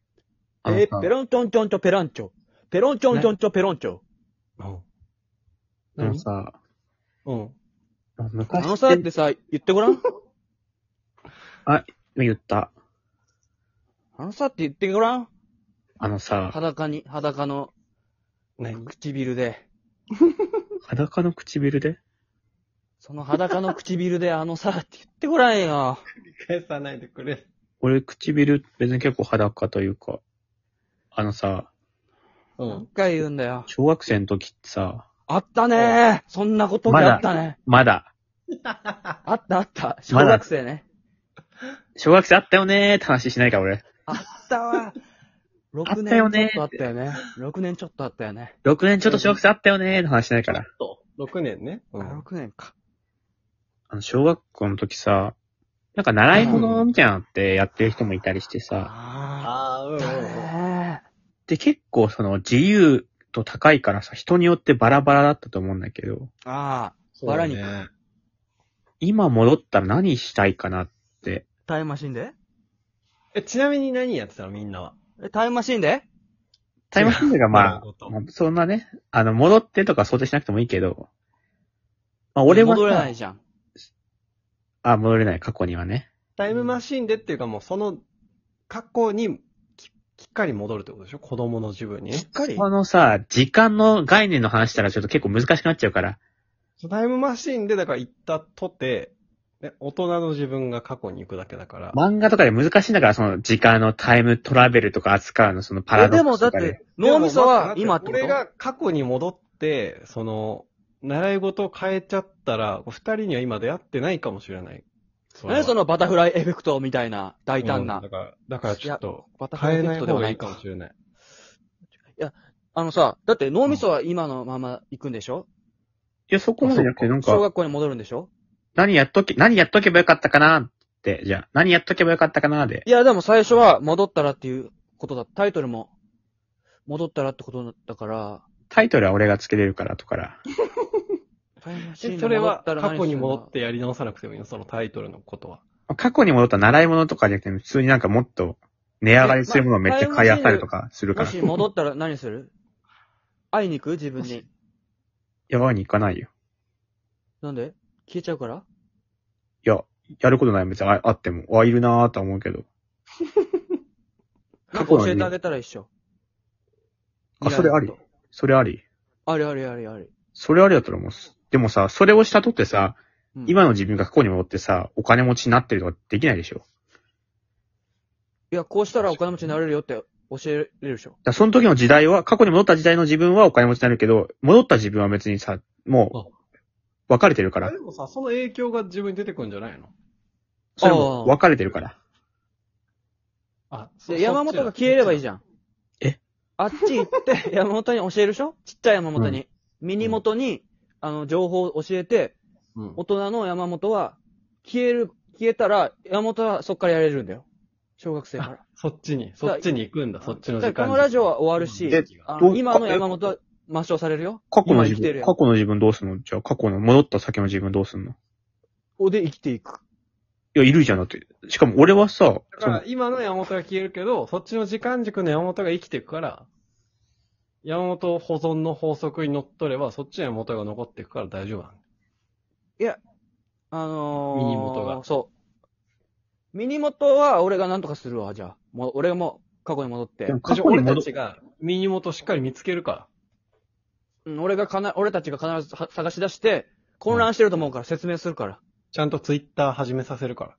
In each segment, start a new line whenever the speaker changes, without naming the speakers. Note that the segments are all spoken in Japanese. えー
あのさ
ペロンチョンチョンチョペロンチョ。ペロンチョンチョンチョペロンチョ。
うん。あの
何
さ、
うん。あ
昔
のさっ
って
てさ、言ってごらん。
言った。
あのさって言ってごらん。
あのさ、
裸に、裸の
何
唇で。
裸の唇で
その裸の唇であのさって言ってごらんよ。
返さないでくれ。
俺唇別に結構裸というか、あのさ、
う
何。回言うんだよ。
小学生の時ってさ、
あったねー。そんなことがあったね。
まだ、
あったあった。小
まだ
学生ね。
小学生あったよねーって話しないから俺。
あったわ。6
あったよね
年ちょっとあったよね。6年ちょっとあったよね。
6年ちょっと小学生あったよねーって話しないから。
6年ね。
あ、6年か。
あの、小学校の時さ、なんか習い物みたいなのってやってる人もいたりしてさ、
あ
ああ、うん
あ。
う
あ
ん
ったね
で結構その自由度高いからさ、人によってバラバラだったと思うんだけど、
ー。ああ。
うん。
バラ肉
そうね
今戻ったら何したいかなって、
タイムマシンで
え、ちなみに何やってたのみんなは。
え、タイムマシンで
タイムマシンがまあ、
習い事
まあそんなね、あの、戻ってとか想定しなくてもいいけど、まあ、俺はさ
戻れないじゃん。
あ、戻れない、過去にはね。
タイムマシンでっていうかもうその、過去にき、きっかり戻るってことでしょ子供の自分に。
しっかり。
このさ、時間の概念の話したらちょっと結構難しくなっちゃうから、
そうタイムマシンでだから行ったとて、ね大人の自分が過去に行くだけだから。
漫画とかで難しいんだから、その時間のタイムトラベルとか扱うの、そのパラ
え
ドッ
で
ク
も
ス
だっ
とかで。
て、脳みそは今ってこ
俺
と
が過去に戻って、その、習い事を変えちゃったら、二人には今出会ってないかもしれない。そ
何そのバタフライエフェクトみたいな、大胆な
うんだ。から、だからちょっと、
バタフライエ
変
フェ
えな
クト
い
で
方
は
が
ない
い
い
かも
か。
しれない。
あのさ、だって脳みそは今のまま行くんでしょ
いや、そこまでじゃなくて、なん
小
か、
学校に戻るんでしょ
何やっとけ、何やっとけばよかったかなって、じゃあ、何やっとけばよかったかなで。
いや、でも最初は戻ったらっていうことだ。タイトルも、戻ったらってことだから、
タイトルは俺がつけれるからとから。
タイムマシン
え、
に
それ
戻
は
ったら
過
何す
去
るんだ
に戻っ。てやり直さなくてもいいのそのタイトルのことは。
過去に戻った習い物とかじゃなくて、普通になんかもっと値上がりするものをめっちゃ買いあさるとかするか
も
ら。
し戻ったら何する会いに行く自分に。
やばいに行かないよ。
なんで消えちゃうから
いや、やることない別にああっても、あ、いるなーとは思うけど。
な
過
んか
去の
教えてあげたら一緒。
あ、それあり。それあり。
ありありありあり。
それありだったらもうす、でもさ、それをしたとってさ、
うん、
今の自分が過去に戻ってさ、お金持ちになってるとかできないでしょ。だか
いや、こうしたらお金持ちになれるよって教えれるでしょ。
らその時の時代は、過去に戻った時代の自分はお金持ちになるけど、戻った自分は別にさ、もう、別れてるから
あ。でもさ、その影響が自分に出てくるんじゃないの
それも、
あー
別れてるから。
あ、
で、山本が消えればいいじ
ゃん。
ゃん。
え
あっち行って、山本に教えるでしょちっちゃい山本に。ミニ元に、あの、情報を教えて、
うん
大人の山本は、消える、消えたら、山本はそっからやれるんだよ。小学生から。
そっちに、そっちに行くんだ、そっちの時
だ
間
からこのラジオは終わる
え
し、あ
ど
の
う
今の山本は抹消されるよ。
過去の自
今生きて
分、
るよ
過去の自分どうすんのじゃあ過去の、戻った先の自分どうすんのい
おで生きていく。
や、いるじゃん、だって。しかも俺はさ、
だ
そ
か
の
ら、今の山本が消えるけど、そっちの時間軸の山本が生きていくから、山本保存の法則にのっとれば、そっちの山本が残っていくから大丈夫なんだ。
あのー、
ミニ元が
そう。ミニ元は俺が何とかするわ、じゃあ。もう俺も過去に戻って
で。も過
過
去
去
に
俺
戻
た
っ
ちが身に元しっかり見つけるから。
うん、俺がかな、俺たちが必ずは探し出して、混乱してると思うから説明するから。
ちゃんとツイッター始めさせるか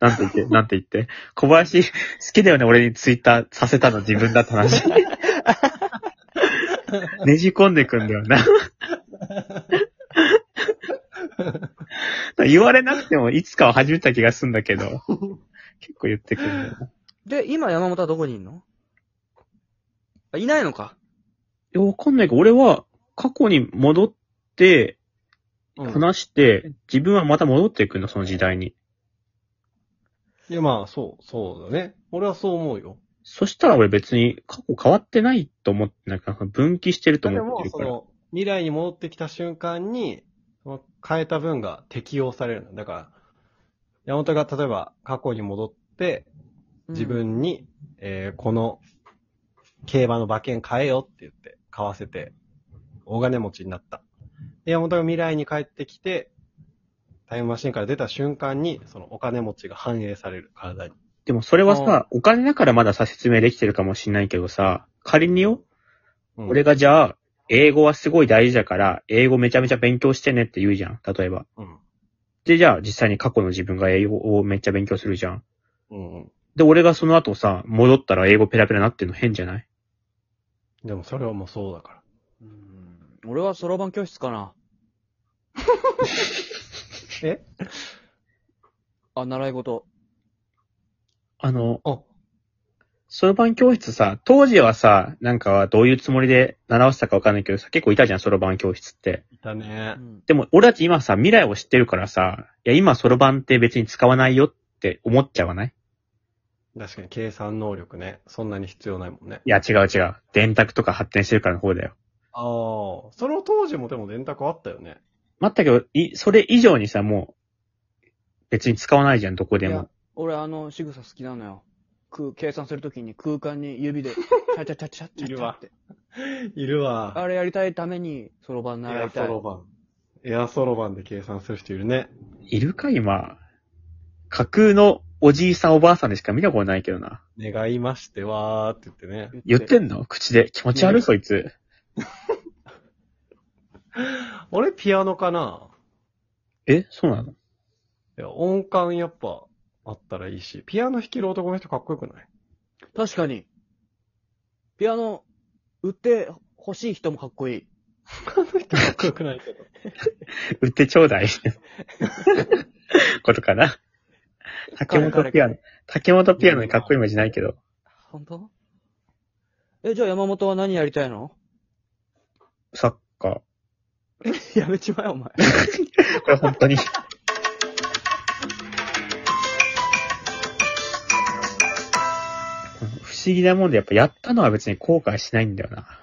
ら。
なんて言って、なんて言って。小林、好きだよね、俺にツイッターさせたの自分だって 話。ねじ込んでくんだよ な。言われなくても、いつかは始めた気がすんだけど。結構言ってくるんだよな。
で、今山本はどこにいんのあ、いないのか。
いや、わかんないけど、俺は、過去に戻って、
うん。
話して、自分はまた戻っていくの、その時代に。
いや、まあ、そう、そうだね。俺はそう思うよ。
そしたら俺別に過去変わってないと思ってないから、分岐してると
で
思っ
も
て、る
そ
から。
の、未来に戻ってきた瞬間に、その変えた分が適用されるの。だから、山本が例えば過去に戻って、自
うん
分に、えーこの、競馬の馬券買えよって言って、買わせて、大金持ちになった。で、山本が未来に帰ってきて、タイムマシンから出た瞬間に、そのお金持ちが反映される、体に。
でもそれはさ、お金だからまださ、説明できてるかもしんないけどさ、仮によ、
うん
俺がじゃあ、英語はすごい大事だから、英語めちゃめちゃ勉強してねって言うじゃん、例えば。
うん。
で、じゃあ実際に過去の自分が英語をめっちゃ勉強するじゃん。
うんうん。
で、俺がその後さ、戻ったら英語ペラペラなってんの変じゃない
でもそれはもうそうだから。
うん俺はそろばん教室かな。
え
あ、習い事。
あの、
あ、
そろばん教室さ、当時はさ、なんかどういうつもりで習わせたかわかんないけどさ、結構いたじゃん、そろばん教室って。
いたね
う。ん
でも、俺たち今さ、未来を知ってるからさ、いや、今そろばんって別に使わないよって思っちゃわない
確かに計算能力ね。そんなに必要ないもんね。
いや、違う違う。電卓とか発展してるからの方だよ。
ああ、その当時もでも電卓あったよね。
全く、い、それ以上にさ、もう、別に使わないじゃん、どこで
い
も
や。
俺あの仕草好きなのよ。空計算するときに空間に指で、チャチャチャチャチャチャって。
いるわ。
あれやりたいために、そろばん
エ
習
ア
い
ソ
たい。
ロバン。エアソロバンで計算する人いるね。
いるか、今。架空のおじいさんおばあさんでしか見たことないけどな。
願いましてわーって言ってね。
言ってんの口で。気持ち悪
う
い、
ん
そいつ。
俺ピアノかな
え、そうなの
いや、音感やっぱあったらいいし、ピアノ弾ける男の人かっこよくない
確かに。ピアノ、売って欲しい人もかっこいい。
あの人かっこよくないけど。
売ってちょうだい。ことかな。竹本ピアノ。竹本ピアノにかっこいいイメージないけど。
本当え、じゃあ山本は何やりたいの
サッカー。
やめちまえ、お前。
これ本当 に。不思議なもんで、やっぱやったのは別に後悔しないんだよな。